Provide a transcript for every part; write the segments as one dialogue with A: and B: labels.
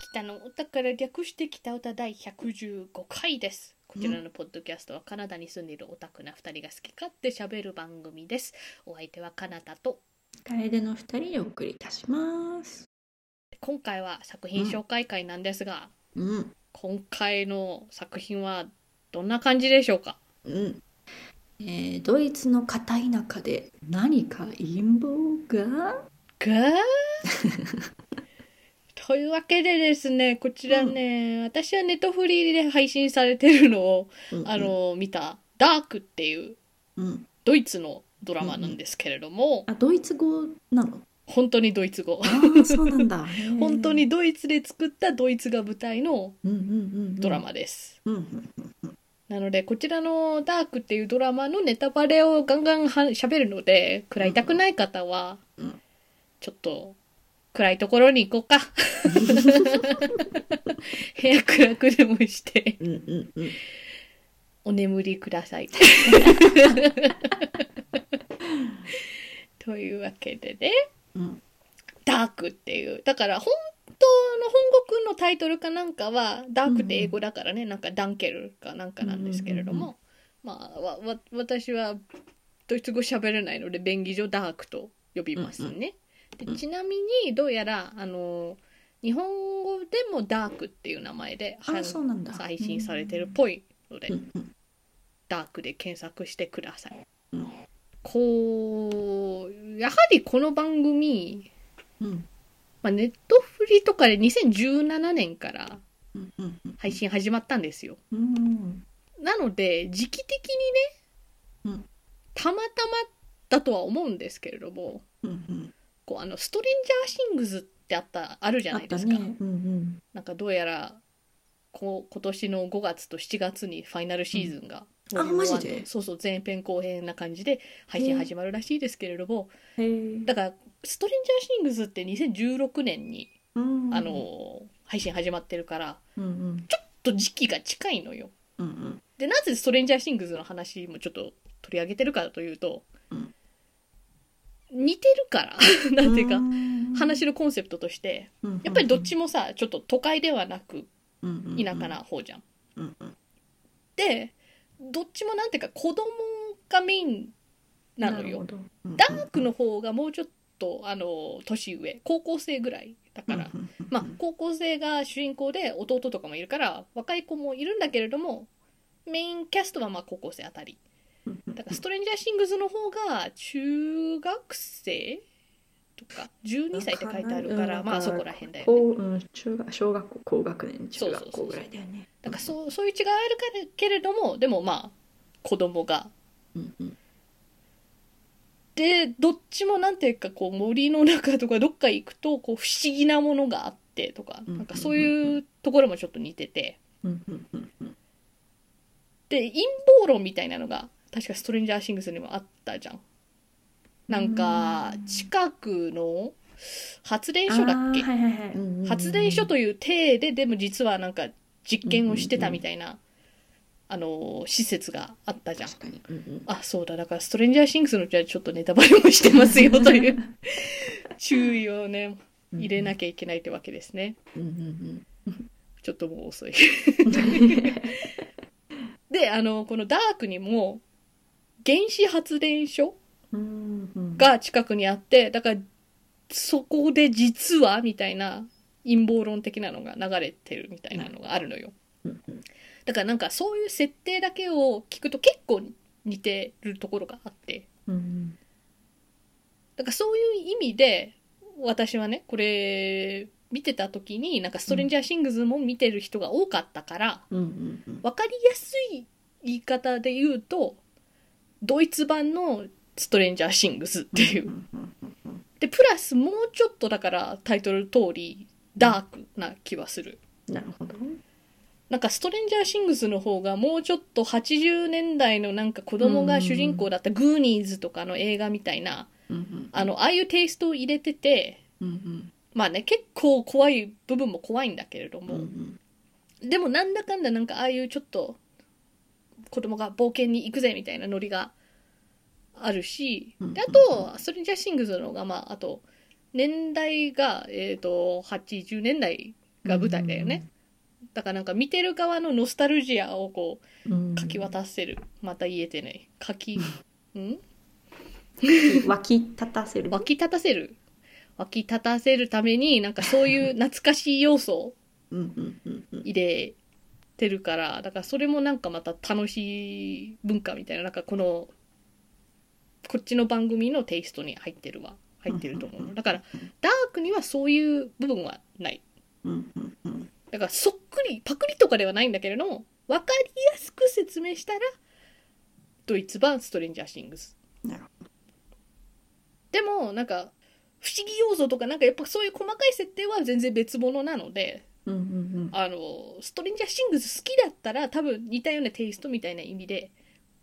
A: 北の歌から略して北歌第115回です。こちらのポッドキャストはカナダに住んでいるオタクな2人が好き勝手喋る番組です。お相手はカナダと、
B: 楓の二人でお送りいたします。
A: 今回は作品紹介会なんですが、
B: うん、
A: 今回の作品はどんな感じでしょうか
B: うん。えードイツの片田舎で何か陰謀が
A: ぐー というわけでですね、こちらね、私はネットフリで配信されてるのを、あ、の、見た、ダークっていう
B: うんうん、
A: ドイツのドラマなんですけれども、
B: あドイツ語な の
A: 本当にドイツ語
B: あ。ーそうなんだ
A: 本当に、ドイツで作ったドイツが舞台の
B: へーうんうんうんうん、
A: ドラマです。
B: うんうん
A: なので、こちらのダークっていうドラマのネタバレをガンガンは喋るので、食らいたくない方は
B: うん、
A: ちょっと、暗いところに行こう か。部屋暗くでもして、
B: うんうんうん
A: お眠りくださ い。というわけでね。
B: うん
A: ダークっていう。だから本当の本国のタイトルかなんかは、ダークって英語だからね、なんかダンケルかなんかなんですけれども、まあ、わ、わ、私はドイツ語喋れないので、便宜上ダークと呼びますね。
B: んうん
A: でちなみに、どうやら、あの、日本語でもダークっていう名前で
B: あー
A: 配
B: そうなんだ
A: 配信されてるっぽいので
B: う、んうん
A: ダークで検索してください。
B: うん
A: こう、やはりこの番組、
B: うん
A: まあ、ネットフリとかで2017年から
B: うんうんうん
A: 配信始まったんですよ。
B: うん
A: なので、時期的にね、
B: うん
A: たまたまだとは思うんですけれども、
B: うんうん
A: こう、あの、ストレンジャーシングズってあった、あるじゃ
B: あ
A: な
B: っ
A: いで
B: た
A: すか。
B: ねうんうん
A: なんかどうやら、こう、今年の5月と7月にファイナルシーズンが、
B: うんあマジで
A: そうそう、前編後編な感じで配
B: へ
A: 信
B: え
A: 始まるらしいですけれども、
B: へー
A: だから、ストレンジャーシングズって2016年に、
B: うん
A: あの、配信始まってるから、
B: うんうん
A: ちょっと時期が近いのよ。
B: うんうん
A: で、なぜストレンジャーシングズの話もちょっと取り上げてるかというと、
B: うん
A: 似てるから、 なんていうか、
B: ん
A: 話のコンセプトとして、
B: うんうんうん
A: やっぱりどっちもさ、ちょっと都会ではなく田舎な方じゃん。
B: うんうん
A: で、どっちもなんていうか子供がメインなのよ。
B: るほど。うん
A: ダークの方がもうちょっと、あの、年上、高校生ぐらいだから、
B: うんうん
A: まあ、高校生が主人公で弟とかもいるから若い子もいるんだけれどもメインキャストはまあ高校生あたり
B: うんうん
A: だからストレンジャーシングスの方が中学生とか12歳って書いてあるから
B: うん
A: まあそこら辺だよね
B: こううん中学小学校高学年中学校ぐらいだよね。
A: だからそうそういう違いはあるからけれどもでもまあ子供が
B: うんうん
A: でどっちもなんていうかこう森の中とかどっか行くとこう不思議なものがあってとか
B: うん
A: なんかそういうところもちょっと似てて。
B: うんうんうんうん
A: で陰謀論みたいなのが確かストレンジャーシングスにもあったじゃんなんか
B: うん
A: 近くの発電所だっけ、
B: あーはいはいはいうんうんうん
A: 発電所という体ででも実はなんか実験をしてたみたいな、あのー施設があったじゃん
B: 確かに。うんうん
A: あそうだだからストレンジャーシングスのじゃあちょっとネタバレもしてますよと いう注意をね入れなきゃいけないってわけですね
B: うんうん
A: ちょっともう遅い
B: うん
A: であのこのダークにも原子発電所
B: うんうん。
A: が近くにあってだからそこで実はみたいな陰謀論的なのが流れてるみたいなのがあるのよ
B: うんうん
A: だからなんかそういう設定だけを聞くと結構似てるところがあって
B: うん
A: だからそういう意味で私はねこれ見てた時になんかストレンジャーシングスも見てる人が多かったから、
B: うんうんうん
A: 分かりやすい言い方で言うとドイツ版のストレンジャーシングスっていう
B: うんうんうん
A: でプラスもうちょっとだからタイトル通りダークな気はする、
B: なるほど。
A: なんかストレンジャーシングスの方がもうちょっと80年代のなんか子供が主人公だったグーニーズとかの映画みたいな、
B: うんうん
A: あのああいうテイストを入れてて
B: うん
A: まあね結構怖い部分も怖いんだけれど
B: うんう
A: も、
B: ん
A: でもなんだかんだなんかああいうちょっと子供が冒険に行くぜみたいなノリがあるし、
B: うん
A: であとストレンジャーシングスの方がまああと年代がえっ、と80年代が舞台だよね。だからなんか見てる側のノスタルジアをこう
B: うん。
A: かき渡せる、また言えてないかき ん
B: 湧き立たせる。
A: 湧き立たせる湧き立たせるためになんかそういう懐かしい要素を
B: うんうんうんうん。
A: 入れてるからだからそれもなんかまた楽しい文化みたいななんかこのこっちの番組のテイストに入ってるわ入ってると思うのだからダークにはそういう部分はない
B: うんうんうん。
A: だからそっくりパクリとかではないんだけれども分かりやすく説明したらドイツ版ストレンジャーシングス
B: なるほ
A: でもなんか不思議要素とかなんかやっぱそういう細かい設定は全然別物なので
B: ど。うんうん
A: あのストレンジャーシングス好きだったら多分似たようなテイストみたいな意味で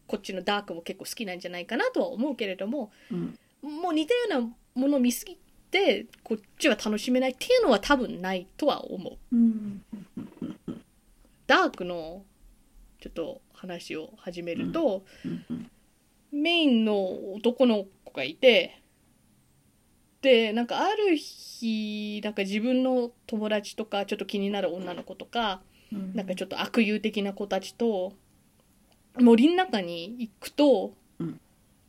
A: こっちのダークも結構好きなんじゃないかなとは思うけれども
B: うん。うん
A: もう似たようなもの見すぎてこっちは楽しめないっていうのは多分ないとは思う
B: うん。
A: ダークのちょっと話を始めると、
B: うんうん。
A: メインの男の子がいてでなんかある日なんか自分の友達とかちょっと気になる女の子とか、
B: うん。
A: なんかちょっと悪友的な子たちと森の中に行くと、
B: うん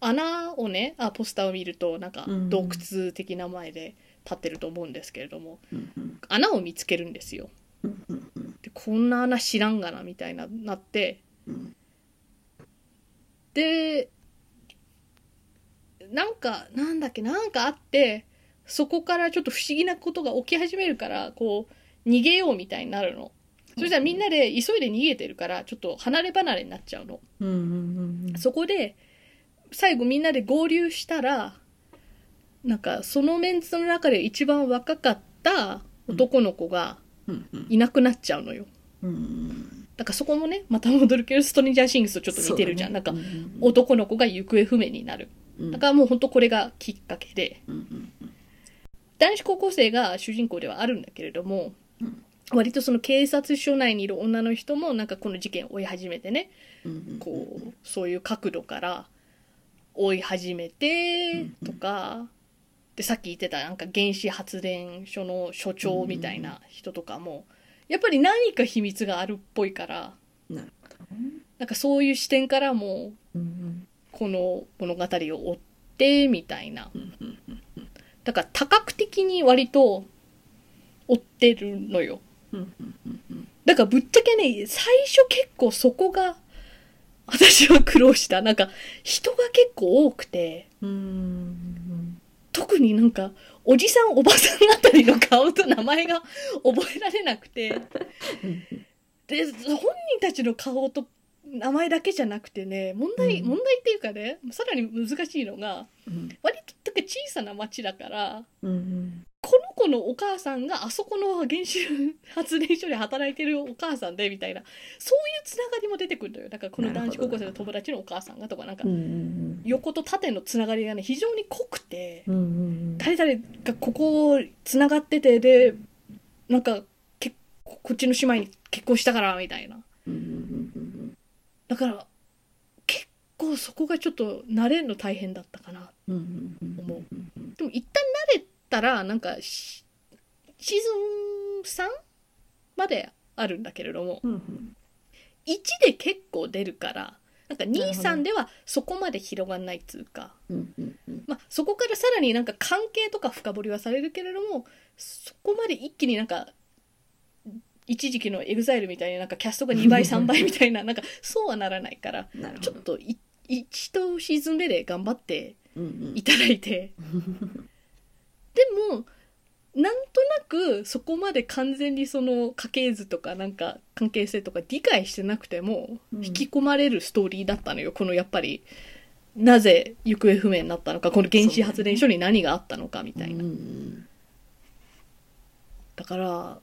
A: 穴をねあポスターを見るとなんか
B: うん
A: 洞窟的な前で立ってると思うんですけれども、
B: うんうん
A: 穴を見つけるんですよ。
B: うんうんうん
A: でこんな穴知らんがなみたいななって
B: うん
A: でなんかなんだっけなんかあってそこからちょっと不思議なことが起き始めるからこう逃げようみたいになるのそしたらみんなで急いで逃げてるからちょっと離れ離れになっちゃうの
B: うんうんうん。
A: そこで最後みんなで合流したらなんかそのメンツの中で一番若かった男の子が
B: うんうん
A: いなくなっちゃうのよ
B: うん。
A: だからそこもねまた戻るけどストレンジャーシングスとちょっと似てるじゃん、なんか
B: お
A: 男の子が行方不明になるだからもうほんとこれがきっかけで男子高校生が主人公ではあるんだけれども、
B: うん
A: 割とその警察署内にいる女の人もなんかこの事件を追い始めてねこうそういう角度から追い始めて
B: うん
A: とかでさっき言ってたなんか原子発電所の所長みたいな人とかもやっぱり何か秘密があるっぽいから
B: なる
A: なんかそういう視点からも
B: うん
A: この物語を追ってみたいな
B: うんうん
A: だから多角的に割と追ってるのよ
B: うんうんうん
A: だからぶっちゃけね最初結構そこが私は苦労したなんか人が結構多くて
B: うん
A: 特になんかおじさんおばさんあたりの顔と名前が 覚えられなくてで本人たちの顔と名前だけじゃなくてね問題、
B: うん
A: 問題っていうかねさらに難しいのが
B: うん
A: 割となんか小さな町だから
B: うん
A: この子のお母さんがあそこの原子力発電所で働いてるお母さんでみたいなそういうつながりも出てくるのよだからこの
B: なる
A: 男
B: ほ
A: 子高校
B: ど
A: 生の友達のお母さんがとかなんか
B: うん
A: 横と縦のつながりがね非常に濃くて
B: うん
A: 誰々がここつながっててでなんかけこっちの姉妹に結婚したからみたいなだから結構そこがちょっと慣れるの大変だったかな
B: 思う
A: でも一旦慣れたらなんかしシーズン 3? まであるんだけれども1で結構出るからなんか
B: なるほど
A: 23ではそこまで広がんないっつうか、まあ、そこからさらになんか関係とか深掘りはされるけれどもそこまで一気になんか一時期のエグザイルみたいななんかキャストが2倍3倍みたいななんかそうはならないから
B: なるほ
A: ちょっ
B: ど
A: とい一とシーズン目で頑張って
B: うん
A: いただいて。でもなんとなくそこまで完全にその家系図とかなんか関係性とか理解してなくても
B: うん
A: 引き込まれるストーリーだったのよ、このやっぱりなぜ行方不明になったのかこの原子発電所に何があったのかみたいな、だから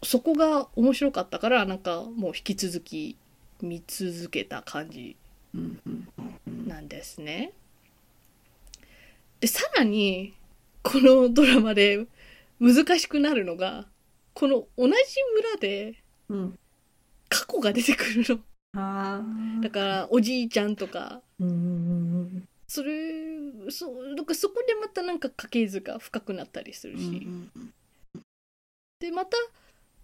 A: おそこが面白かったからなんかもう引き続き見続けた感じなんですね。でさらにこのドラマで難しくなるのがこの同じ村で過去が出てくる
B: あ
A: のだからおじいちゃんとか
B: うん
A: それそうだからそこでまたなんか家系図が深くなったりするし、でまた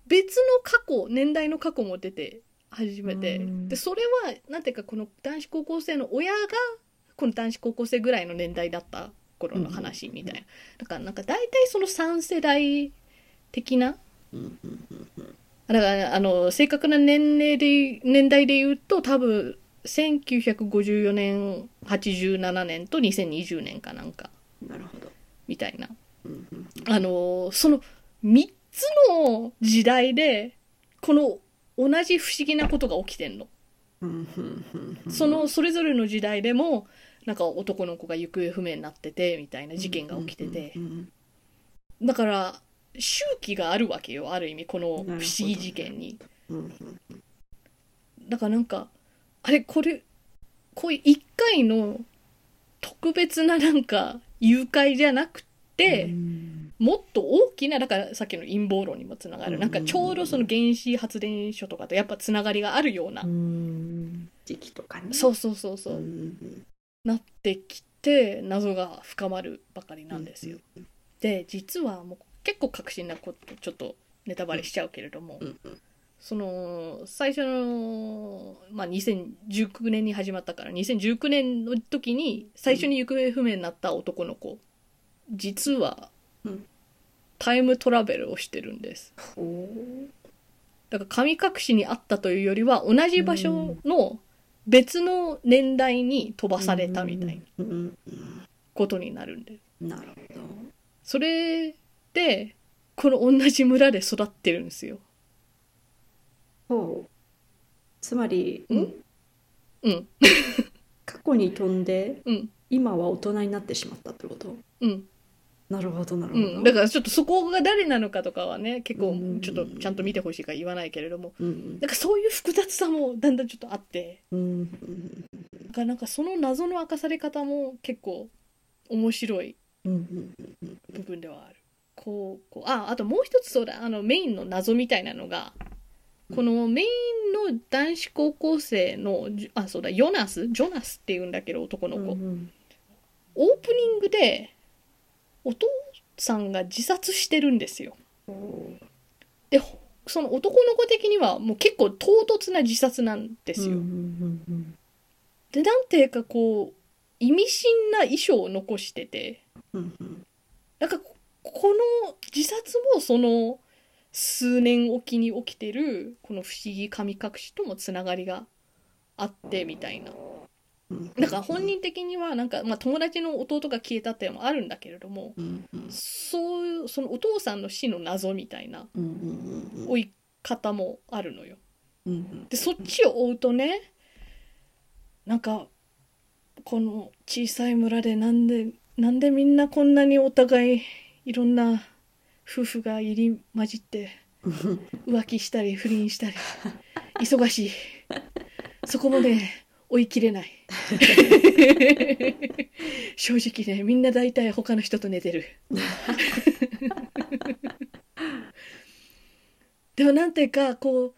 A: 別の過去年代の過去も出て始めて、
B: うん
A: でそれはなんていうかこの男子高校生の親がこの男子高校生ぐらいの年代だった頃の話みたいな、だからなんか大体その3世代的な
B: うんうん
A: だからあの正確な年齢で年代で言うと多分1954年87年と2020年かなんか
B: なるほど。
A: みたいな
B: うんうん
A: あのーその3つの時代でこの同じ不思議なことが起きてんの。
B: うんうんうんうん
A: そのそれぞれの時代でもなんか男の子が行方不明になっててみたいな事件が起きてて
B: うんうん
A: だから周期があるわけよある意味この不思議事件に。
B: うんうんうん
A: だからなんかあれこれこういう1回の特別ななんか誘拐じゃなくて。
B: うん
A: もっと大きなだからさっきの陰謀論にもつなが
B: うんう
A: る
B: ん
A: なんかちょうどその原子発電所とかとやっぱつながりがあるような、
B: うん時期とかね。
A: そうそうそうそう、
B: うんうん
A: なってきて謎が深まるばかりなんですよ、。で実はもう結構確信なことちょっとネタバレしちゃうけれども、
B: うんうん
A: その最初の、まあ、2019年に始まったから2019年の時に最初に行方不明になった男の子、実は、
B: うん
A: タイムトラベルをしてるんです
B: おー
A: だから神隠しにあったというよりは同じ場所の別の年代に飛ばされたみたいな
B: うんうん
A: ことになるんで
B: うんなるほど。
A: それでこの同じ村で育ってるんですよ
B: そう。つまり、
A: うん
B: ん
A: うん
B: 過去に飛んで、
A: うん
B: 今は大人になってしまったってこと。
A: うん
B: なるほど、なる
A: う
B: ほど。
A: んだからちょっとそこが誰なのかとかはね結構
B: うん
A: ちょっとちゃんと見てほしいから言わないけれども
B: うん
A: なんかそういう複雑さもだんだんちょっとあって
B: うんうん
A: だからなんかその謎の明かされ方も結構面白い
B: うんうん
A: 部分ではあるこうこうああともう一つそうだあのメインの謎みたいなのがこのメインの男子高校生のじゅあそうだヨナスジョナスっていうんだけど男の
B: うん
A: 子、
B: うん
A: オープニングでお父さんが自殺してるんですよ
B: おー
A: でほその男の子的にはもう結構唐突な自殺なんですよ、
B: うんうんうん
A: でなんていうかこう意味深な衣装を残してて
B: うんうん
A: なんかここの自殺もその数年おきに起きてるこの不思議神隠しともつながりがあってみたいな
B: うん
A: だから本人的にはなんか、まあ、友達の弟が消えたっていうのもあるんだけれども
B: うんうん
A: そういうそのお父さんの死の謎みたいな
B: うんうんうん
A: 追い方もあるのよ。
B: うんうん
A: でそっちを追うとねなんかこの小さい村でなんでなんでみんなこんなにお互いいろんな夫婦が入り混じって浮気したり不倫したり忙しいそこもね追い切れない正直ねみんな大体他の人と寝てるでもなんていうかこう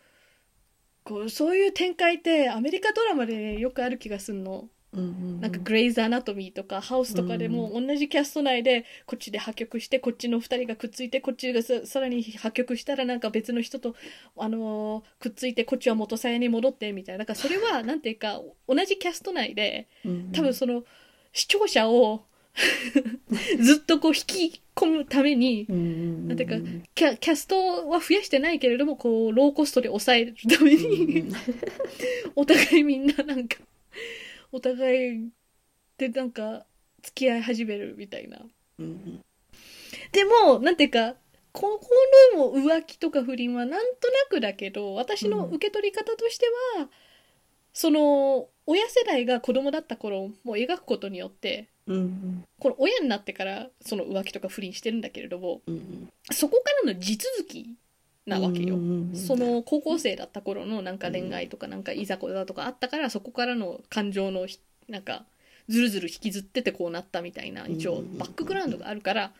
A: こうそういう展開ってアメリカドラマでね、よくある気がすんの
B: うん
A: なんかグレイズ・アナトミーとかハウスとかでも同じキャスト内でこっちで破局してこっちの2人がくっついてこっちがささらに破局したらなんか別の人と、あのーくっついてこっちは元さやに戻ってみたいなだからそれ はなんていうか同じキャスト内で多分その視聴者 をずっとこう引き込むために
B: うんうん
A: なんていうか
B: うんうん
A: キャキャストは増やしてないけれどもこうローコストで抑えるためにお互いみんななんかお互いでなんか付き合い始めるみたいな
B: うんうん
A: でもなんていうかここのも浮気とか不倫はなんとなくだけど私の受け取り方としては、その親世代が子供だった頃も描くことによって
B: うん
A: この親になってからその浮気とか不倫してるんだけれども
B: うんうん
A: そこからの地続きなわけよ。
B: うんうんうん
A: その高校生だった頃のなんか恋愛とかなんかいざこざとかあったからそこからの感情のひなんかずるずる引きずっててこうなったみたいな一応バックグラウンドがあるから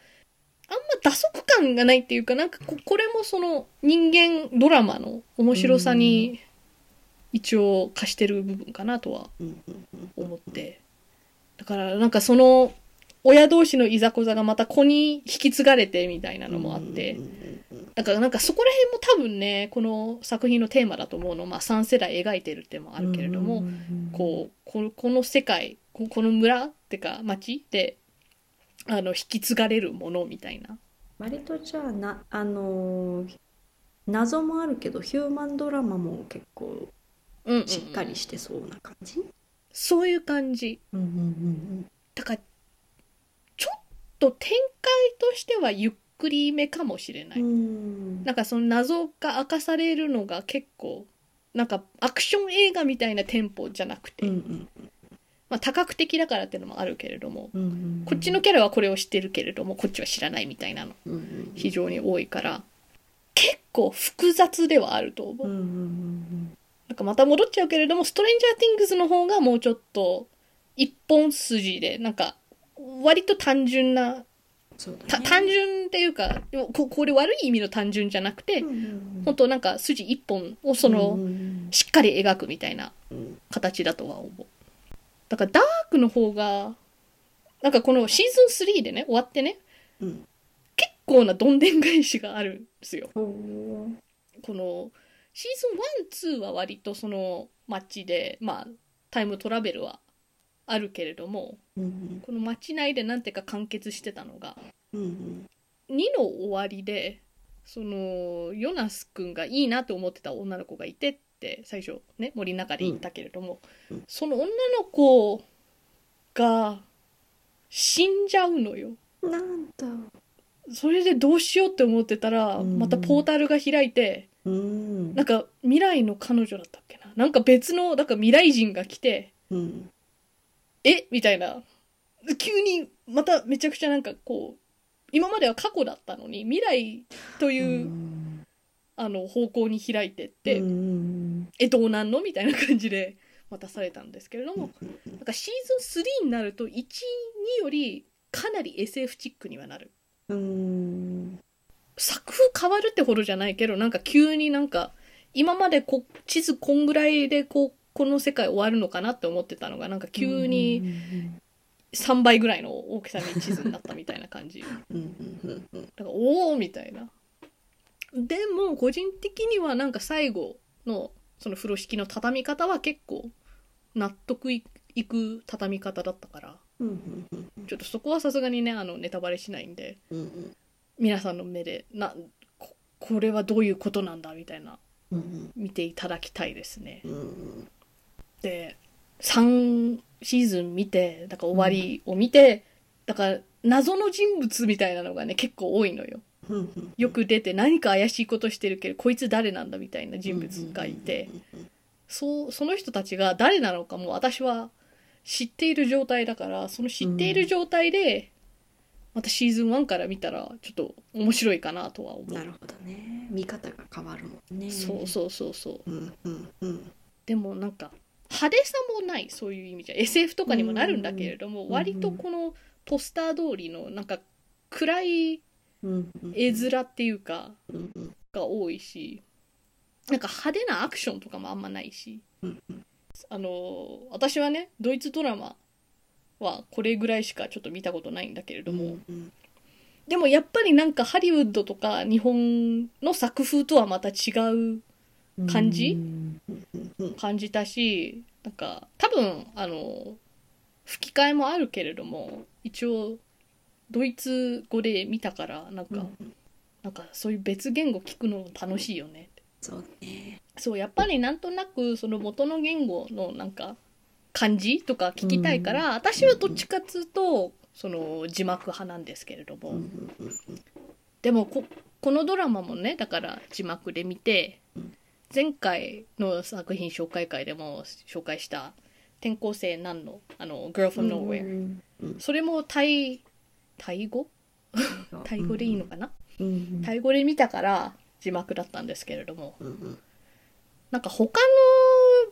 A: あんま打足感がないっていうかなんかここれもその人間ドラマの面白さに一応貸してる部分かなとは
B: うんうんうん
A: 思ってだからなんかその親同士のいざこざがまた子に引き継がれてみたいなのもあって、だからなんかそこら辺も多分ねこの作品のテーマだと思うの、まあ、3世代描いてるってもあるけれども、こうこのこの世界ここの村ってか町であの引き継がれるものみたいな
B: 割とじゃあなあのー謎もあるけどヒューマンドラマも結構
A: うんうんうん
B: しっかりしてそうな感じ。
A: そういう感じ
B: うんうんうん
A: だからちょっと展開としてはゆっくりめかもしれない、
B: うんうん
A: なんかその謎が明かされるのが結構なんかアクション映画みたいなテンポじゃなくて、
B: うん
A: まあ、多角的だからっていうのもあるけれども、
B: うんうん
A: こっちのキャラはこれを知ってるけれどもこっちは知らないみたいなの
B: うんうん
A: 非常に多いから結構複雑ではあると思う、
B: うんうんうん
A: なんかまた戻っちゃうけれども、ストレンジャー・ティングスの方がもうちょっと一本筋で、なんか、割と単純な、
B: そうだ
A: た
B: ね
A: 単純っていうか、でもここれ悪い意味の単純じゃなくて、
B: うんうんうん
A: 本当なんか筋一本をその、
B: うんうん
A: しっかり描くみたいな
B: うん
A: 形だとは思う。だからダークの方が、なんかこのシーズン3でね、終わってね、
B: うん
A: 結構などんでん返しがあるんですよ。
B: ほう
A: このシーズン1、2は割とその街で、まあ、タイムトラベルはあるけれども
B: うん
A: この街内でなんていうか完結してたのが
B: うんうん
A: 2の終わりでそのヨナス君がいいなと思ってた女の子がいてって最初ね森の中で言ったけれども、
B: うんうん
A: その女の子が死んじゃうのよ。
B: うんなんだ
A: それでどうしようって思ってたら、
B: うん
A: またポータルが開いて、
B: うん
A: なんか未来の彼女だったっけななんか別の、だから未来人が来て、
B: うん
A: えみたいな。急にまためちゃくちゃなんかこう、今までは過去だったのに、未来という、
B: うん
A: あの方向に開いてって、
B: うんうん
A: え、どうなんのみたいな感じで渡されたんですけれども、なんかシーズン3になると1、2よりかなり SF チックにはなる。
B: うん
A: 作風変わるってほどじゃないけどなんか急になんか今までこ地図こんぐらいでこうこの世界終わるのかなって思ってたのがなんか急に3倍ぐらいの大きさの地図になったみたいな感じだか
B: うんうんうん
A: らおおみたいなでも個人的にはなんか最後のその風呂敷の畳み方は結構納得いいく畳み方だったから
B: うんうんうん
A: ちょっとそこはさすがにねあのネタバレしないんで
B: うん
A: 皆さんの目でなここれはどういうことなんだみたいな
B: うんうん
A: 見ていただきたいですね。
B: うん
A: で3シーズン見てだから終わりを見て、だから謎の人物みたいなのがね結構多いのよ。
B: うんうん
A: よく出て何か怪しいことしてるけどこいつ誰なんだみたいな人物がいて、そうその人たちが誰なのかも私は知っている状態だからその知っている状態で、またシーズン1から見たらちょっと面白いかなとは思う。
B: なるほどね見方が変わるもんね
A: そうそうそうそう
B: うんうんうん
A: でもなんか派手さもないそういう意味じゃ SF とかにもなるんだけれども、
B: うん
A: 割とこのポスター通りのなんか暗い
B: うんうん
A: 絵面っていうか
B: うんうん
A: が多いしなんか派手なアクションとかもあんまないし、
B: うん
A: あの私はねドイツドラマはこれぐらいしかちょっと見たことないんだけれども、
B: うん
A: でもやっぱりなんかハリウッドとか日本の作風とはまた違う
B: うん
A: 感じ
B: うんうんうん
A: 感じたしなんか多分あの吹き替えもあるけれども一応ドイツ語で見たからなんか、
B: うん
A: なんかそういう別言語聞くのも楽しいよねって
B: そうだね
A: そうやっぱりなんとなくその元の言語のなんか感じとか聞きたいから、私はどっちかっつうとその字幕派なんですけれども、
B: うんうんうん
A: でもここのドラマもねだから字幕で見て
B: うん
A: 前回の作品紹介会でも紹介した「転校生なんの」あの「Girl from Nowhere」それもタイタイ語タイ語でいいのかな、
B: うん
A: タイ語で見たから字幕だったんですけれども
B: うんうん
A: なんか他の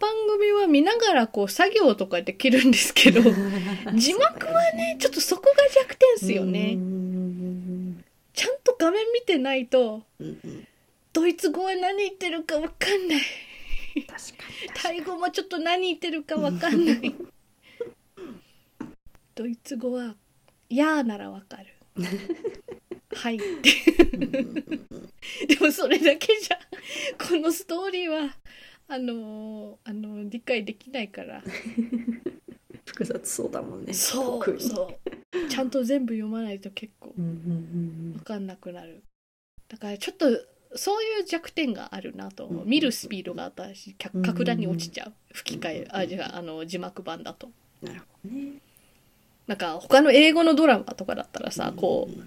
A: 番組は見ながらこう作業とかできるんですけ ど字幕はねちょっとそこが弱点ですよね、
B: うんうん
A: ちゃんと画面見てないと
B: うんうんうん
A: ドイツ語は何言ってるか分かんない
B: 確かに確か
A: タイ語もちょっ と何言ってるかわかんないドイツ語は「やー」ならわかるはいって
B: うんうん
A: でもそれだけじゃこのストーリーはあのーあの理解できないから
B: 複雑そうだもんね
A: そ
B: 特
A: う
B: に
A: そうちゃんと全部読まないと結構
B: うんうん
A: 分かんなくなるだからちょっとそういう弱点があるなと思う
B: うん
A: 見るスピードが私か
B: うん
A: 格段に落ちちゃう吹き替え
B: う
A: あ
B: ん
A: じゃああの字幕版だと
B: うんなるほどね
A: なんか他の英語のドラマとかだったらさこう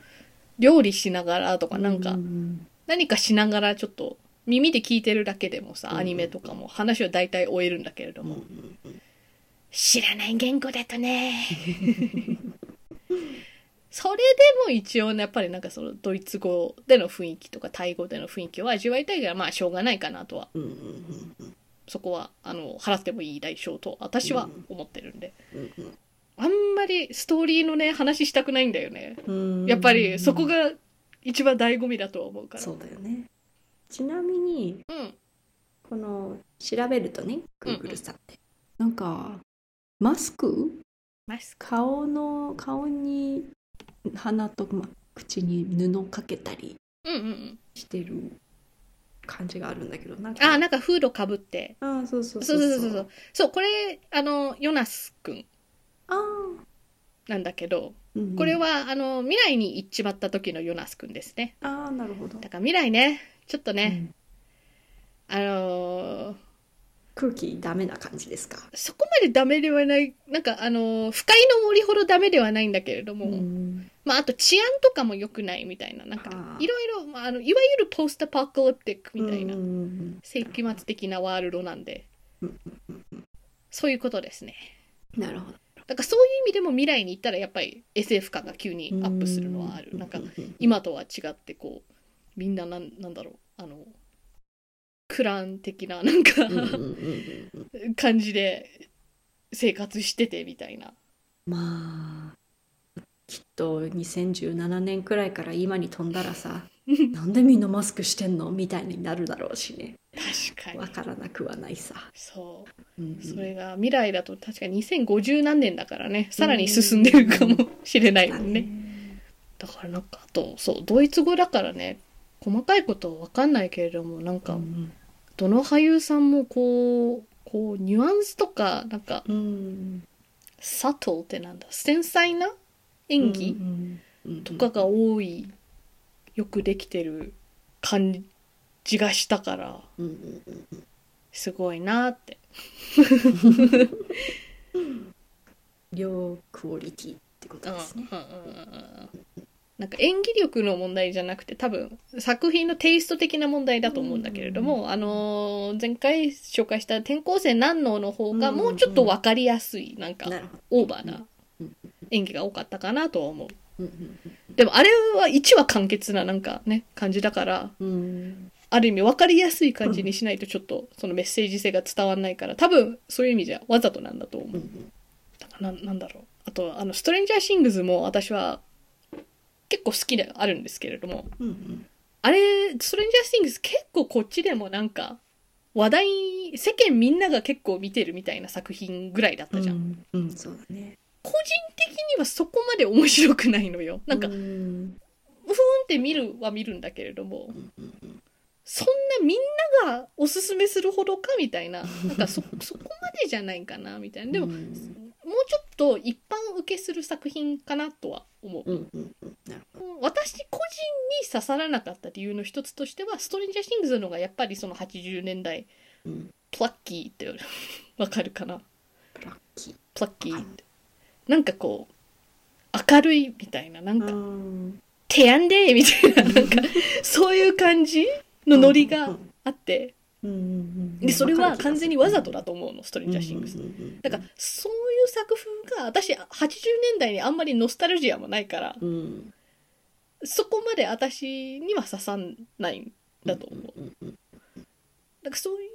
A: 料理しながらとかなん
B: う
A: か
B: ん
A: 何かしながらちょっと耳で聞いてるだけでも
B: う
A: さ
B: ん
A: アニメとかも話を大体終えるんだけれど
B: うんう
A: も
B: ん
A: 知らない言語だと ねそれでも一応ねやっぱりなんかそのドイツ語での雰囲気とかタイ語での雰囲気を味わいたいからまあしょうがないかなとは
B: うんうんうんうん
A: そこはあの払ってもいい代償と私は思ってるんで、
B: うん
A: あんまりストーリーのね話したくないんだよね
B: うん
A: やっぱりそこが一番醍醐味だとは思うから
B: そうだよねちなみに
A: うん
B: この調べるとね
A: うんうん
B: Google さんって、なんかマスク
A: マスク
B: 顔の顔に鼻と、ま、口に布かけたり
A: うんうんうん
B: してる感じがあるんだけどなんか
A: あなんかフードかぶって
B: あーそうそう
A: そ
B: そうう
A: そうそうそうそうこれあのヨナス君
B: あー、
A: なんだけど
B: うんうん
A: これは、あの未来に行っちまった時のヨナス君ですね
B: あーなるほど
A: だから未来ねちょっと
B: う
A: ね、
B: ん
A: あのー
B: 空気ダメな感じですか
A: そこまでダメではないなんかあのー不快の森ほどダメではないんだけれども、
B: うん
A: まあ、あと治安とかも良くないみたいななんか
B: はあ
A: いろいろ、まあ、あのいわゆるポストアパコリプティックみたいな、
B: うんうん
A: 世紀末的なワールドなんで、
B: うん
A: そういうことですね
B: うんなるほど
A: だからそういう意味でも未来に行ったらやっぱり SF 感が急にアップするのはある、
B: う
A: なんか
B: うう
A: 今とは違ってこうみんななんなんだろうあのクラン的ななんか、
B: うんうんうんうんうん
A: 感じで生活しててみたいな
B: まあきっと2017年くらいから今に飛んだ らさなんでみんなマスクしてんのみたいになるだろうしね
A: 確か
B: わ
A: に
B: からなくはないさ、
A: そう
B: うんうん
A: それが未来だと確か2050何年だからねさらに進んでるかもしれないも
B: だ
A: んねだからなんかあとそうドイツ語だからね細かいことは分かんないけれどもなん
B: う
A: か
B: ん
A: どの俳優さんもこうこうニュアンスとかなんか
B: うん
A: 「サトル」ってなんだ繊細な演技
B: うん
A: とかが多いよくできてる感じがしたから
B: うんうんうん
A: すごいなって
B: 両クオリティってことですね、
A: うんうんうんうんなんか演技力の問題じゃなくて多分作品のテイスト的な問題だと思うんだけれども、あのー前回紹介した「転校生南能」の方が
B: うん
A: もうちょっと分かりやすいなんか
B: なるほど
A: オーバーな
B: うん
A: 演技が多かったかなとは思う
B: うん
A: でもあれは1話完結ななんかね感じだから
B: うん
A: ある意味分かりやすい感じにしないとちょっとそのメッセージ性が伝わらないから多分そういう意味じゃわざとなんだと思う
B: うんうん
A: だからななんだろうあとあの「ストレンジャーシングス」も私は結構好きではあるんですけれども
B: うんうん
A: あれ「ストレンジャーシングス」結構こっちでもなんか話題世間みんなが結構見てるみたいな作品ぐらいだったじゃん、
B: うんうんそうだね
A: 個人的にはそこまで面白くないのよなんか、
B: う
A: ふーん
B: ん
A: って見るは見るんだけれども
B: うんうんうん
A: そんなみんながおすすめするほどかみたいななんかそそこまでじゃないかなみたいなでも、
B: うん
A: もうちょっと一般受けする作品かなとは思う
B: うんうんうんなるほど
A: 私個人に刺さらなかった理由の一つとしてはストレンジャーシングスの方がやっぱりその80年代
B: うん
A: プラッキーってわかるかな
B: ラッキー
A: プラッキーってなんかこう明るいみたいななん
B: あ
A: か
B: ー
A: 「てやんで」みたいななんかそういう感じのノリがあって
B: うんうんうんうん
A: でそれは完全にわざとだと思うのストレンジャーシングス
B: うんうんうんうん
A: だからそういう作風が私80年代にあんまりノスタルジアもないから
B: うん
A: そこまで私には刺さんないんだと思う。
B: うんうん
A: なんかそういう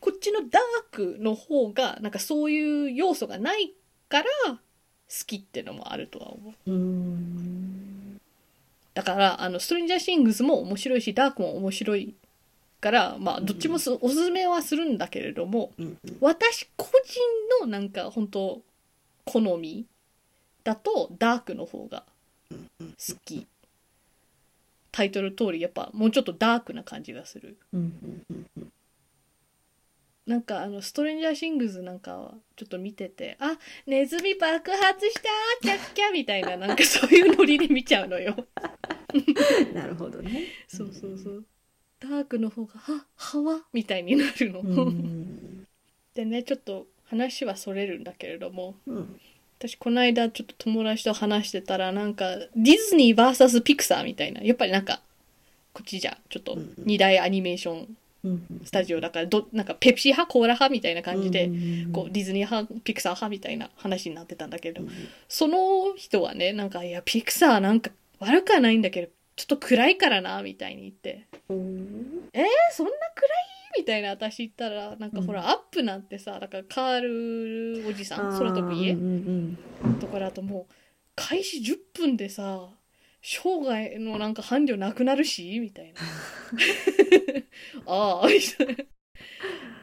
A: こっちのダークの方がなんかそういう要素がないから好きってのもあるとは思う
B: うん
A: だからあのストレンジャーシングスも面白いしダークも面白いからまあどっちもすおすすめはするんだけれども
B: うんうん
A: 私個人のなんか本当好みだとダークの方が好きタイトル通りやっぱもうちょっとダークな感じがする
B: うんうんうんうん
A: なんかあのストレンジャーシングズなんかはちょっと見ててあネズミ爆発したキャッキャみたいななんかそういうノリで見ちゃうの よ
B: なるほどね。
A: そうそうそうダークの方がははわみたいになるの、
B: うんうん
A: でねちょっと話はそれるんだけれども
B: うん。
A: 私この間ちょっと友達と話してたらなんかディズニー VS ピクサーみたいなやっぱりなんかこっちじゃちょっと
B: うんうん
A: 二大アニメーション
B: うん
A: スタジオだからどなんかペプシ派コーラ派みたいな感じで、
B: うん
A: こうディズニー派ピクサー派みたいな話になってたんだけど、
B: うん
A: その人はねなんかいやピクサーなんか悪くはないんだけどちょっと暗いからなみたいに言って
B: うん
A: えそんな暗いみたいな私言ったらなんかほら、
B: う
A: アップなんてさだからカールおじさん空飛ぶ家
B: うんうん
A: とかだともう開始10分でさ生涯のなんか伴侶なくなるしみたい なああみたいな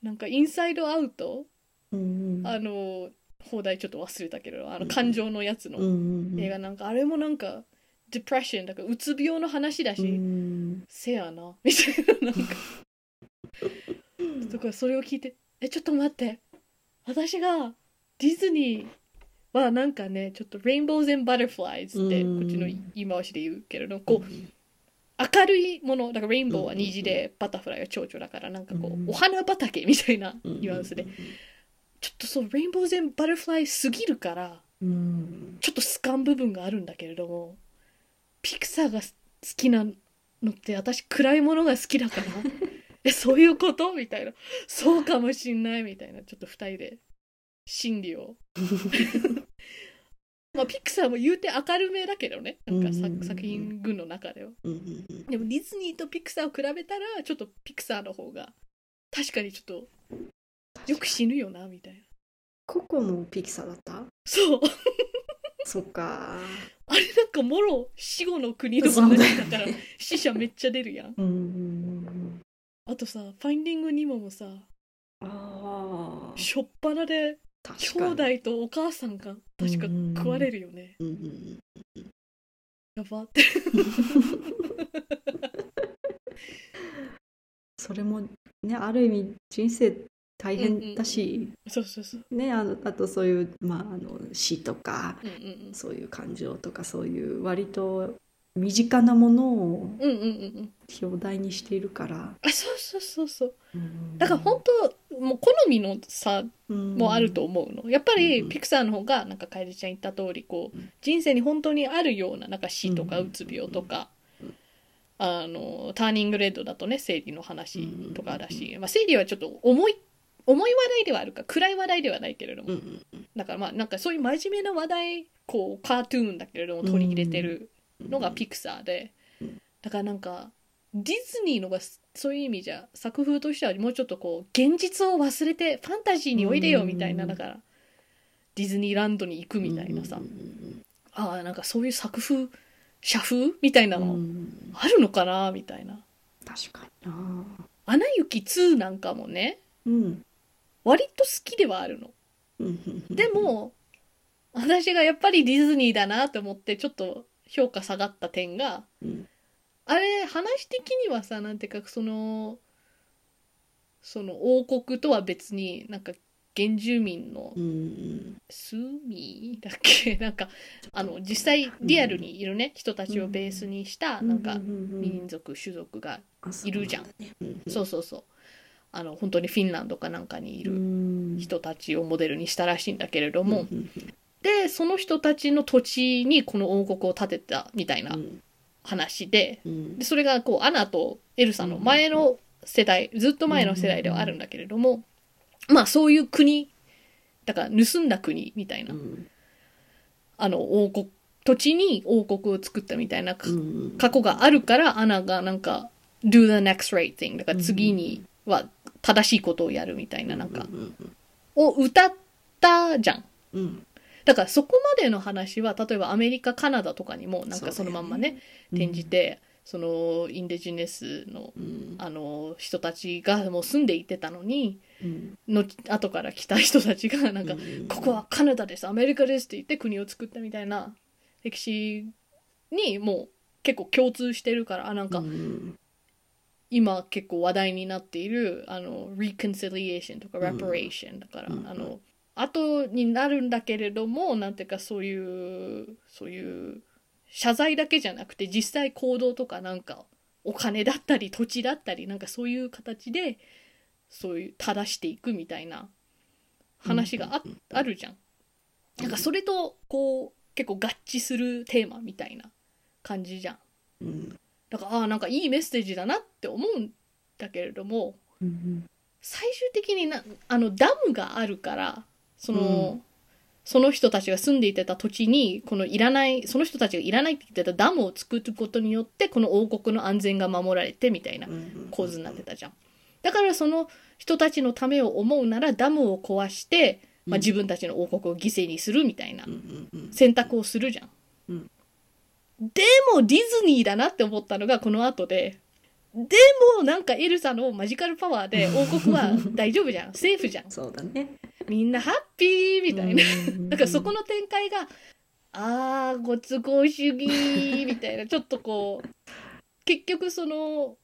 A: なんかインサイドアウト
B: うんうん
A: あの放題ちょっと忘れたけどあ
B: う
A: の
B: ん
A: 感情のやつ
B: う
A: の
B: んうん
A: 映画なんかあれもなんかデプレッションだからうつ病の話だし、
B: うん
A: せやな みたいななんかだからそれを聞いて「えちょっと待って私がディズニーはなんかねちょっと「レインボーズ・ン・バタフライズ」って
B: うん
A: こっちの言い回しで言うけれどこう明るいものだからレインボーは虹でバタフライは蝶々だからなんかこ
B: うん
A: うお花畑みたいな
B: うん
A: ニュアンスでちょっとそう「レインボーズ・ン・バタフライ」すぎるから
B: うん
A: ちょっとスカン部分があるんだけれどもピクサーが好きなのって私暗いものが好きだ からえそういうことみたいなそうかもしんないみたいなちょっと2人で心理 をまあピクサーも言うて明るめだけどねなんか
B: うんうんう
A: 作
B: ん
A: 作品群の中では
B: うんうんうん
A: でもディズニーとピクサーを比べたらちょっとピクサーの方が確かにちょっとよく死ぬよなみたいな
B: ココもピクサーだった
A: そう
B: そっか
A: あれなんかもろ死後の国の話だから死者めっちゃ出るやん
B: うんうんうん
A: あとさ「ファインディング・ニモ」もさ
B: あー
A: しょっぱなで
B: 確
A: 兄
B: かに
A: 弟とお母さんが確か食われるよね、
B: うんうん
A: やばって
B: それもねある意味人生大変だし、
A: そうそうそう
B: ねあのあとそういう、まあ、あの死とか
A: うんうん
B: そういう感情とかそういう割と身近なものを
A: うんうんうんうんうん
B: 表題にしているから、
A: あそうそうそうそう
B: うん
A: だから本当もう好みの差もあると思うのやっぱり
B: うん
A: ピクサーの方がなんか楓ちゃん言った通りこう人生に本当にあるようななんか死とか
B: う
A: うんつ病とかあのターニングレッドだとね生理の話とかだし、まあ、生理はちょっと重い重い話題ではあるか暗い話題ではないけれども、
B: うんうん
A: だからまあなんかそういう真面目な話題こうカートゥーンだけれども取り入れてる
B: うん
A: のがピクサーで
B: うん
A: だからなんかディズニーのがそういう意味じゃ作風としてはもうちょっとこう現実を忘れてファンタジーにおいでよみたいな
B: うん
A: だからディズニーランドに行くみたいなさ
B: うんうん
A: ああなんかそういう作風社風みたいな
B: うんう
A: の
B: ん
A: あるのかなみたいな
B: 確かにな
A: 「アナ雪2」なんかもね
B: うん
A: 割と好きではあるので
B: で
A: も私がやっぱりディズニーだなと思ってちょっと評価下がった点が
B: うん
A: あれ話的にはさなんていうかそのその王国とは別になんか原住民の
B: うんうん
A: スミだっけ なんかあの実際リアルにいるね人たちをベースにしたなん
B: う
A: か
B: うう
A: 民族種族が
B: あそう
A: いるじゃん
B: なんだねうん
A: そうそうそうあの本当にフィンランドかなんかにいる
B: うん
A: 人たちをモデルにしたらしいんだけれども、
B: うん
A: でその人たちの土地にこの王国を建てたみたいな
B: うん
A: 話で
B: うん
A: でそれがこうアナとエルサの前の世代ずっと前の世代ではあるんだけれどもまあそういう国だから盗んだ国みたいな
B: うん
A: あの王国土地に王国を作ったみたいなか
B: うん
A: 過去があるからアナがなんか「do the next right thing」だから次には正しいことをやるみたいななんか
B: うん
A: を歌ったじゃん。
B: うん
A: だからそこまでの話は例えばアメリカカナダとかにもなんかそのまんまね
B: うん
A: 転じて、そのインデジネスの
B: うん
A: あの人たちがもう住んでいってたのに
B: うん
A: の後から来た人たちがなんか、
B: うん
A: ここはカナダですアメリカですって言って国を作ったみたいな歴史にもう結構共通してるからあなんか
B: うん
A: 今結構話題になっているあの reconciliation とか
B: うん
A: reparation だから、
B: うん
A: あの後になるんだけれどもなんていうかそういうそういう謝罪だけじゃなくて実際行動とかなんかお金だったり土地だったりなんかそういう形でそういう正していくみたいな話があ,、
B: うん
A: あるじゃん。なんかそれとこう結構合致するテーマみたいな感じじゃん。
B: うん
A: だからあーなんかいいメッセージだなって思うんだけれども
B: うん
A: 最終的になあのダムがあるからその、
B: う
A: その人たちが住んでいてた土地にこのいらないその人たちがいらないって言ってたダムを作ることによってこの王国の安全が守られてみたいな
B: うん
A: 構図になってたじゃん。だからその人たちのためを思うならダムを壊して、まあ、自分たちの王国を犠牲にするみたいな
B: うんうんうん
A: 選択をするじゃん。
B: うん
A: でもディズニーだなって思ったのがこの後で。でもなんかエルサのマジカルパワー で王国は大丈夫じゃんセーフじゃん
B: そうだね
A: みんなハッピーみたいな、
B: うん
A: なんかそこの展開があーご都合主義みたいな ちょっとこう結局その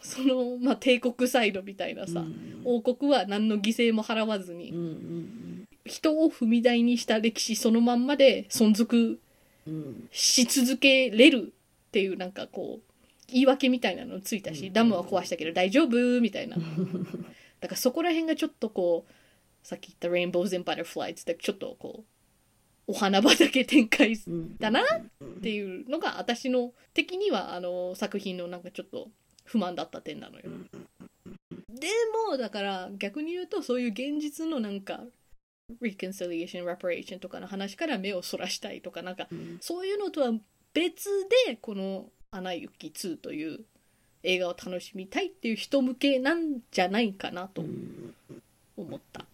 A: その、まあ、帝国サイドみたいなさ、
B: うん
A: 王国は何の犠牲も払わずに、
B: うんうん
A: 人を踏み台にした歴史そのまんまで存続
B: うんうん
A: し続けれるっていうなんかこう言い訳みたいなのついたし、
B: うん
A: ダムは壊したけど大丈夫みたいな
B: うん
A: だからそこら辺がちょっとこうさっき言った「Rainbows and Butterflies」ってちょっとこうお花畑展開っ
B: うん
A: だな
B: うん
A: ていうのが私の的にはあの作品のなんかちょっと不満だった点なのよ。でもだから逆に言うとそういう現実のなんか reconciliation reparation とかの話から目をそらしたいとかなんか
B: うん
A: そういうのとは別でこの「アナ雪2」という映画を楽しみたいっていう人向けなんじゃないかなと
B: うん
A: 思った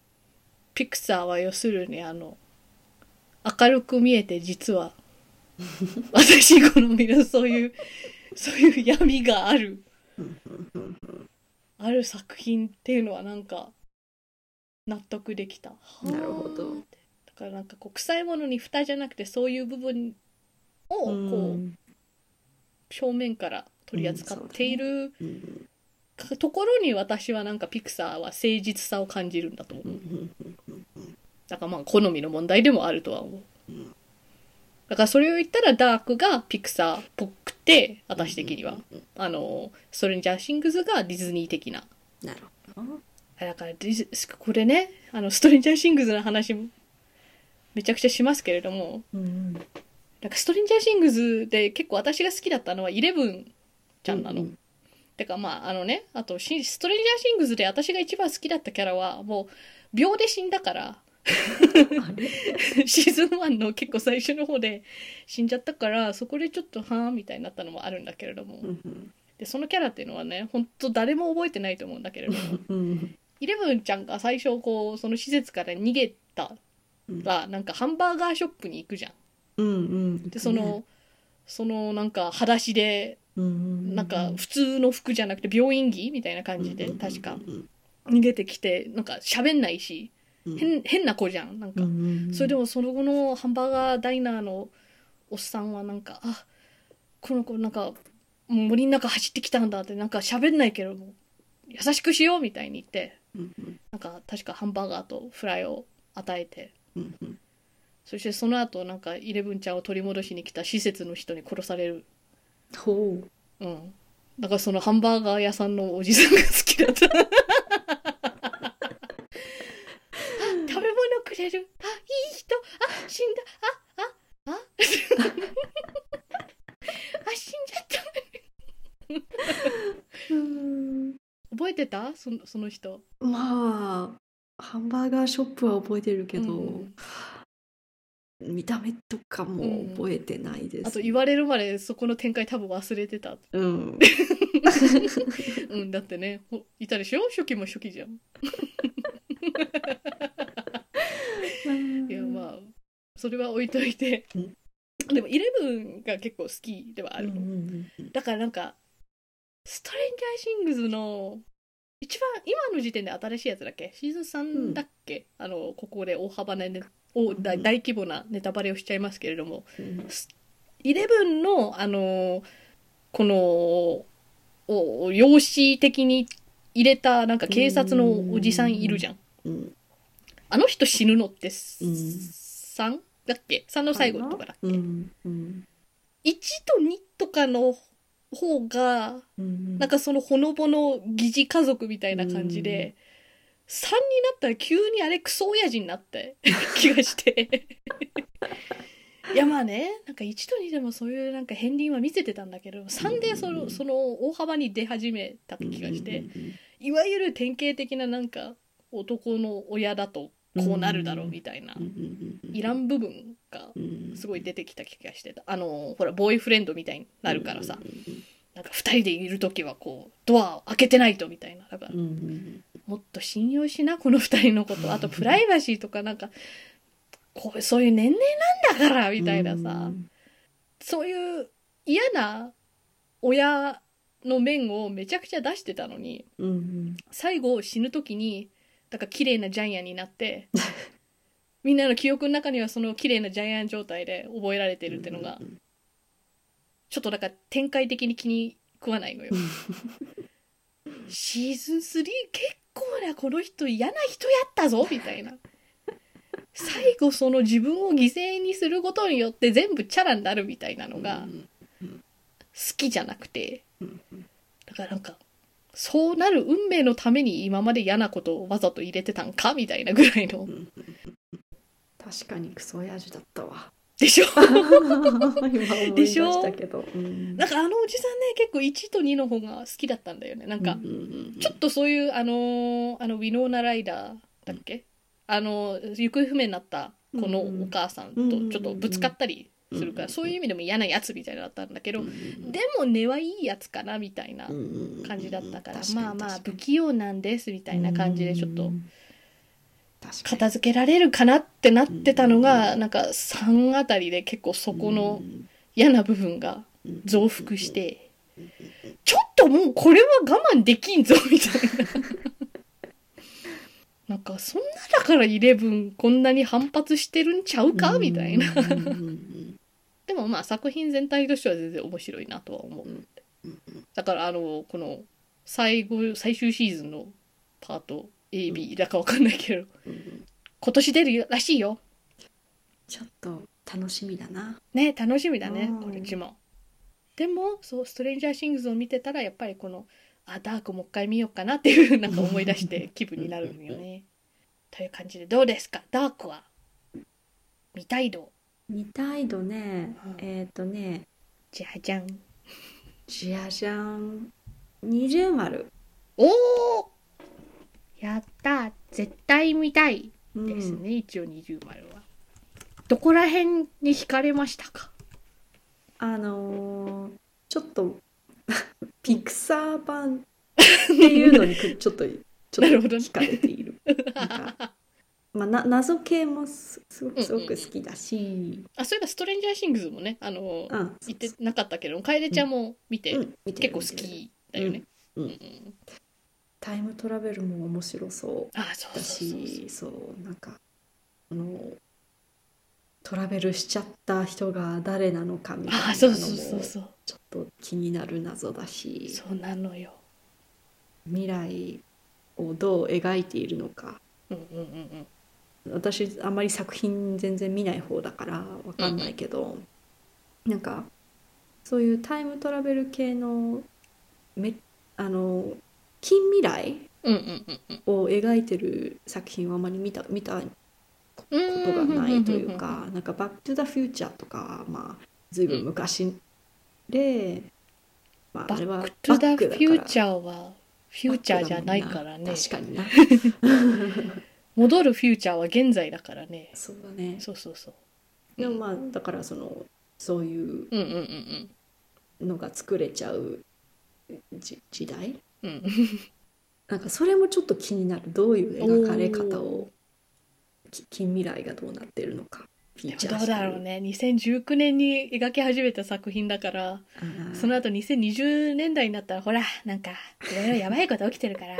A: ピクサーは要するにあの明るく見えて実 は私好みのそういうそういう闇があるある作品っていうのはなんか納得できた
B: なるほ
A: は
B: ど
A: あってだからなんかこう臭いものに蓋じゃなくてそういう部分をこう、
B: うん
A: 正面から取り扱っている
B: うん
A: ところに私はなんかピクサーは誠実さを感じるんだと思う
B: う。ん
A: だからまあ好みの問題でもあるとは思う。だからそれを言ったらダークがピクサーっぽくて、私的には。あの、ストレンジャーシングスがディズニー的な。
B: なるほど
A: だからディズ、これね、あの、ストレンジャーシングスの話もめちゃくちゃしますけれども、
B: うん
A: なんかストレンジャーシングスで結構私が好きだったのはイレブンちゃんなの。
B: うん
A: てかまああのねあとシンストレンジャーシングスで私が一番好きだったキャラはもう秒で死んだから シーズン1の結構最初の方で死んじゃったからそこでちょっとはーんみたいになったのもあるんだけれども、
B: うん
A: でそのキャラっていうのはねほんと誰も覚えてないと思うんだけれども
B: うん
A: イレブンちゃんが最初こうその施設から逃げたらなんかハンバーガーショップに行くじゃん。
B: うんうん
A: でそのそのなんか裸足で
B: な
A: なんか普通の服じゃなくて病院着みたいな感じで確か逃げてきてなんか喋んないし変変な子じゃんなんか、それで
B: も
A: もその後のハンバーガーダイナーのおっさんはなんかあこの子なんか森の中走ってきたんだってなんか喋んないけども優しくしようみたいに言ってなんか確かハンバーガーとフライを与えてそしてその後なんかイレブンちゃんを取り戻しに来た施設の人に殺される
B: ほう
A: うんだからそのハンバーガー屋さんのおじさんが好きだった。あ食べ物くれる。あ、いい人。あ、死んだ。あ、あ、あ。 あ、死んじゃった。覚えてたそのその人。
B: まあハンバーガーショップは覚えてるけど、
A: うん
B: 見た目とかも覚えてないです、
A: あと言われるまでそこの展開多分忘れてた。
B: うん
A: うん、だってね、ほいたでしょ初期も初期じゃん。いや、まあ、それは置いといて
B: うん。
A: でもイレブンが結構好きではある
B: うん
A: の、
B: うんうん
A: だからなんかストレンジャーシングスの一番今の時点で新しいやつだっけシーズン3だっけ、あのここで大幅なねお大
B: うん
A: 大規模なネタバレをしちゃいますけれども
B: うん
A: イレブンの、あのーこの、お養子的に入れた、なんか警察のおじさんいるじゃん。
B: うん
A: あの人死ぬのって、
B: うん
A: 3だっけ ?3 の最後とかだっけ、
B: う
A: ?1
B: んうん
A: と2とかの方が、
B: うん
A: なんかそのほのぼの疑似家族みたいな感じで、3になったら急にあれクソ親父になった 気がして。いやまあね、なんか1と2でもそういうなんか片鱗は見せてたんだけど、3でそのその大幅に出始めた気がして、いわゆる典型的ななんか男の親だとこうなるだろうみたいな
B: う、んうんうん
A: いらん部分が
B: うん
A: すごい出てきた気がしてた。あの、ほら、ボーイフレンドみたいになるからさ、なんか二人でいる時はこうドアを開けてないとみたいなだから
B: うんうん
A: もっと信用しなこの二人のことあとプライバシーとかなんかこうそういう年齢なんだからみたいなさ、
B: うん
A: そういう嫌な親の面をめちゃくちゃ出してたのに
B: うん
A: 最後死ぬ時にだから綺麗なジャイアンになって みんなの記憶の中にはその綺麗なジャイアン状態で覚えられてるってのがちょっとなんか展開的に気に食わないのよシーズン3結構なこの人嫌な人やったぞみたいな最後その自分を犠牲にすることによって全部チャラになるみたいなのが好きじゃなくて
B: うん
A: だからなんかそうなる運命のために今まで嫌なことをわざと入れてたんかみたいなぐらいの
B: 確かにクソ親父だったわ
A: でしょ
B: 今思い出したけどうん
A: なんかあのおじさんね結構1と2の方が好きだったんだよねなんか
B: うんうん
A: ちょっとそういう、あのーあの、ウィノーナ・ライダーだっけ、あの、行方不明になった、このお母さんとちょっとぶつかったりするから、
B: うん
A: そういう意味でも嫌なやつみたいなのだったんだけど、
B: うん
A: でも根はいいやつかな、みたいな
B: うん
A: 感じだったから、
B: 確に
A: まあまあ、
B: 確か
A: 不
B: に
A: 器用なんです、みたいな感じで、ちょっと、
B: 確かに
A: 片付けられるかなってなってたの
B: うんう
A: が、
B: ん
A: なんか3あたりで結構そこの嫌な部分が増幅して、ちょっともうこれは我慢できんぞ、みたいな。なん か、そんなだからイレブンこんなに反発してるんちゃうかみたいな。
B: うんうんうん
A: でもまあ作品全体としては全然面白いなとは思う。だからあの、この最後、最終シーズンのパート AB だかわかんないけど、
B: うんうん
A: 今年出るらしいよ。
B: ちょっと楽しみだな
A: ね楽しみだね
B: うん
A: こっちもでもそう「ストレンジャー・シングス」を見てたらやっぱりこの「あダークもう一回見ようかな」っていうなんか思い出 して気分になるんよねという感じでどうですかダークは見たい度
B: 二態度ね
A: うん
B: えっとね
A: じゃじゃん
B: じゃじゃん二重丸
A: おおやった絶対見たいですね、一応二重丸はどこら辺に惹かれましたか
B: あのーちょっとピクサー版っていうのにくちょっとちょ
A: な
B: っ
A: る
B: と
A: ほど
B: 惹かれている。なんかまあ、な謎系もすすご
A: うんうん
B: くすごく好きだし、
A: あそういえば「ストレンジャー・シングス」もねあの
B: うんそう
A: 言ってなかったけど楓ちゃんも見て、
B: うん見
A: 結
B: てる
A: 構好
B: 見てる
A: きだよね。
B: うんうん
A: ん
B: タイムトラベルも面白そう
A: あそうそ
B: だ
A: うそうそう
B: しそうなんかあのトラベルしちゃった人が誰なのかみたいなの
A: あ
B: も
A: そうそうそう
B: ち
A: そう
B: ょっと気になる謎だし
A: そうなのよ。
B: 未来をどう描いているのか
A: うんうんうんうん。
B: 私あんまり作品全然見ない方だからわかんないけど、なんかそういうタイムトラベル系のめあの近未来
A: うんうんうんうん。
B: を描いてる作品はあまり見た見たことが
A: うんうんうんうんうん
B: ないというかなんか「バック・トゥ・ザ・フューチャー」とかはまあずいぶん昔で、まあ、
A: バ
B: あれは
A: ックトゥザフ
B: バッ
A: ュ
B: ク
A: ー
B: だ
A: チ
B: から
A: ャーはフューチャーじゃないからね。
B: 確かにな
A: 戻るフューチャーは現在だからね。
B: そうだね
A: そうそうそう。
B: でもまあだからそのそういう
A: うんうんうん
B: のが作れちゃうじ時代
A: うん。うん。
B: なんかそれもちょっと気になるどういう描かれ方をき近未来がどうなってるのかフィーチャ
A: ど
B: ーし
A: う
B: て
A: だろうね2019年に描き始めた作品だから
B: あー
A: その後2020年代になったらほらなんかいろいろやばいこと起きてるから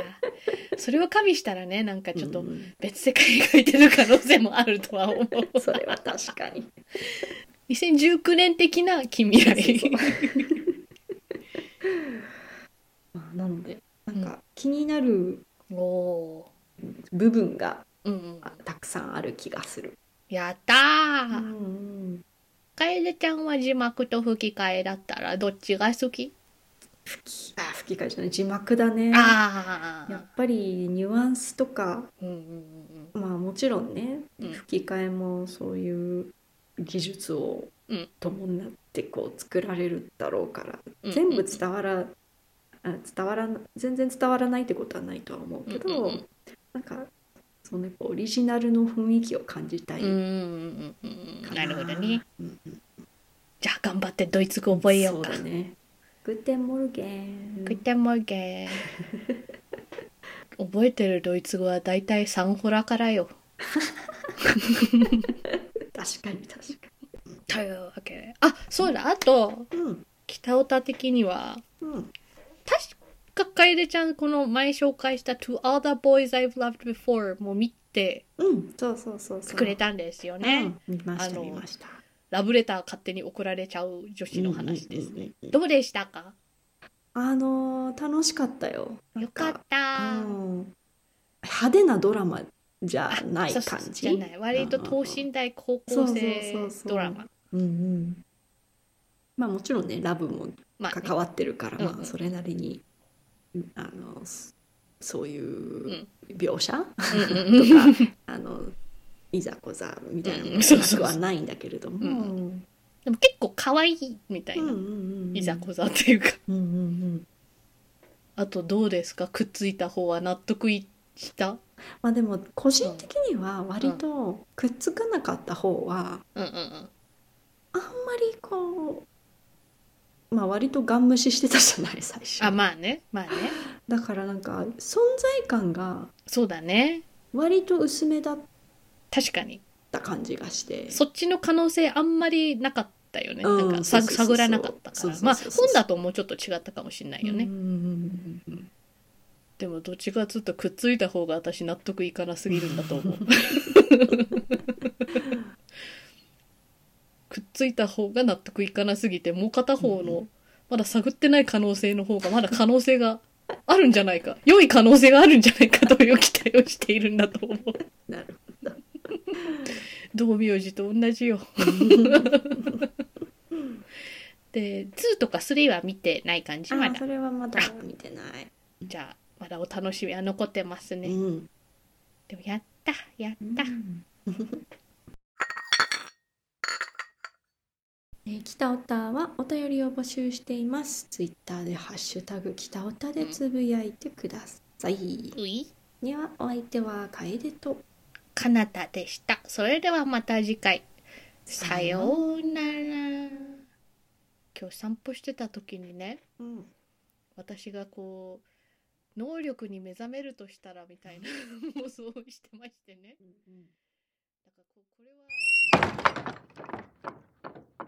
A: それを加味したらねなんかちょっ
B: う
A: と
B: ん
A: 別世界に描いてる可能性もあるとは思う
B: それは確かに
A: 2019年的な近未来
B: そうまあなのでなんか気になる
A: おお
B: 部分が
A: ーうんうん
B: あたくさんある気がする。
A: やったー、
B: うん
A: 楓ちゃんは字幕と吹き替えだったらどっちが好き、
B: 吹きあ吹き替えじゃない字幕だね。
A: あ
B: や
A: あ
B: っぱりニュアンスとか
A: うんうんうん
B: まあもちろんね
A: うん
B: 吹き替えもそういう技術を
A: うん
B: 伴ってこう作られるだろうから
A: うん
B: 全部伝わらあ伝わらな全然伝わらないってことはないとは思うけ
A: うんう
B: ど
A: んうん
B: なんかそのやっぱオリジナルの雰囲気を感じたい
A: うんうんうんうん
B: か
A: なるほどね。
B: うんうん
A: じゃあ頑張ってドイツ語覚えようか
B: そうだね。グッテンモルゲン。
A: グッテンモルゲン覚えてるドイツ語はだいたいサンホラからよ
B: 確かに確か
A: というわけであそうだあと
B: に。うん
A: 北オタ的には
B: うん
A: 確か楓ちゃんこの前紹介した「To All the Boys I've Loved Before」も見て
B: うんそうそうそうそう。
A: くれたんですよね、
B: うん見まし
A: あ
B: た
A: の
B: 見ました。
A: ラブレター勝手に送られちゃう女子の話ですね、
B: うんうんうんうん
A: どうでしたか
B: あのー楽しかったよ。なん
A: よかっ。た、
B: うん派手なドラマじゃない
A: そうそう
B: 感
A: そう
B: じ。
A: じゃない割と等身大高校生
B: そうそうそうそう
A: ドラマ
B: うんうん。まあもちろんねラブも
A: まあね
B: 関わってるから、
A: うんうん
B: まあそれなりに、うんあのそそういううん描写、
A: うんうん
B: とかあのいざこざみたいなもの
A: そう
B: な
A: そうそう
B: くはないんだけれども、
A: うん
B: うん
A: でも結構可愛いみたいな、
B: うんうん
A: いざこざっていうか
B: うんうんうん
A: あとどうですかくっついた方は納得いした
B: まあでも個人的には割とくっつかなかった方は
A: うんうんうん
B: あんまりこうまあ割とガン無視してたじゃない最初
A: あまあねまあね
B: だからなんか存在感が
A: そうだね
B: 割と薄めだっ
A: 確かに
B: た感じがして
A: そっちの可能性あんまりなかったよね、
B: うん
A: なんかさ
B: そうそうそうそ
A: 探
B: う
A: らなかったか
B: そう
A: ら
B: そう
A: まあ
B: そうそう
A: 本だともうちょっと違ったかもしれないよね、
B: うんうんうん うんうん
A: でもどっちかつうとくっついた方が私納得いかなすぎるんだと 思うくっついた方が納得いかなすぎてもう片方のまだ探ってない可能性の方がまだ可能性があるんじゃないか良い可能性があるんじゃないかという期待をしているんだと思う
B: なるほど
A: 道明寺と同じよで2とか3は見てない感じま
B: あ
A: だ
B: それはまだ見てない、
A: じゃあまだお楽しみは残ってますね、
B: うん
A: でもやったやった、
B: えー北オタはお便りを募集しています。ツイッターでハッシュタグ北オタでつぶやいてください。
A: うい
B: ではお相手は楓と
A: かなたでしたそれではまた次回さようなら今日散歩してた時にね
B: うん、
A: 私がこう能力に目覚めるとしたらみたいな妄想をしてましてねだからこうこれは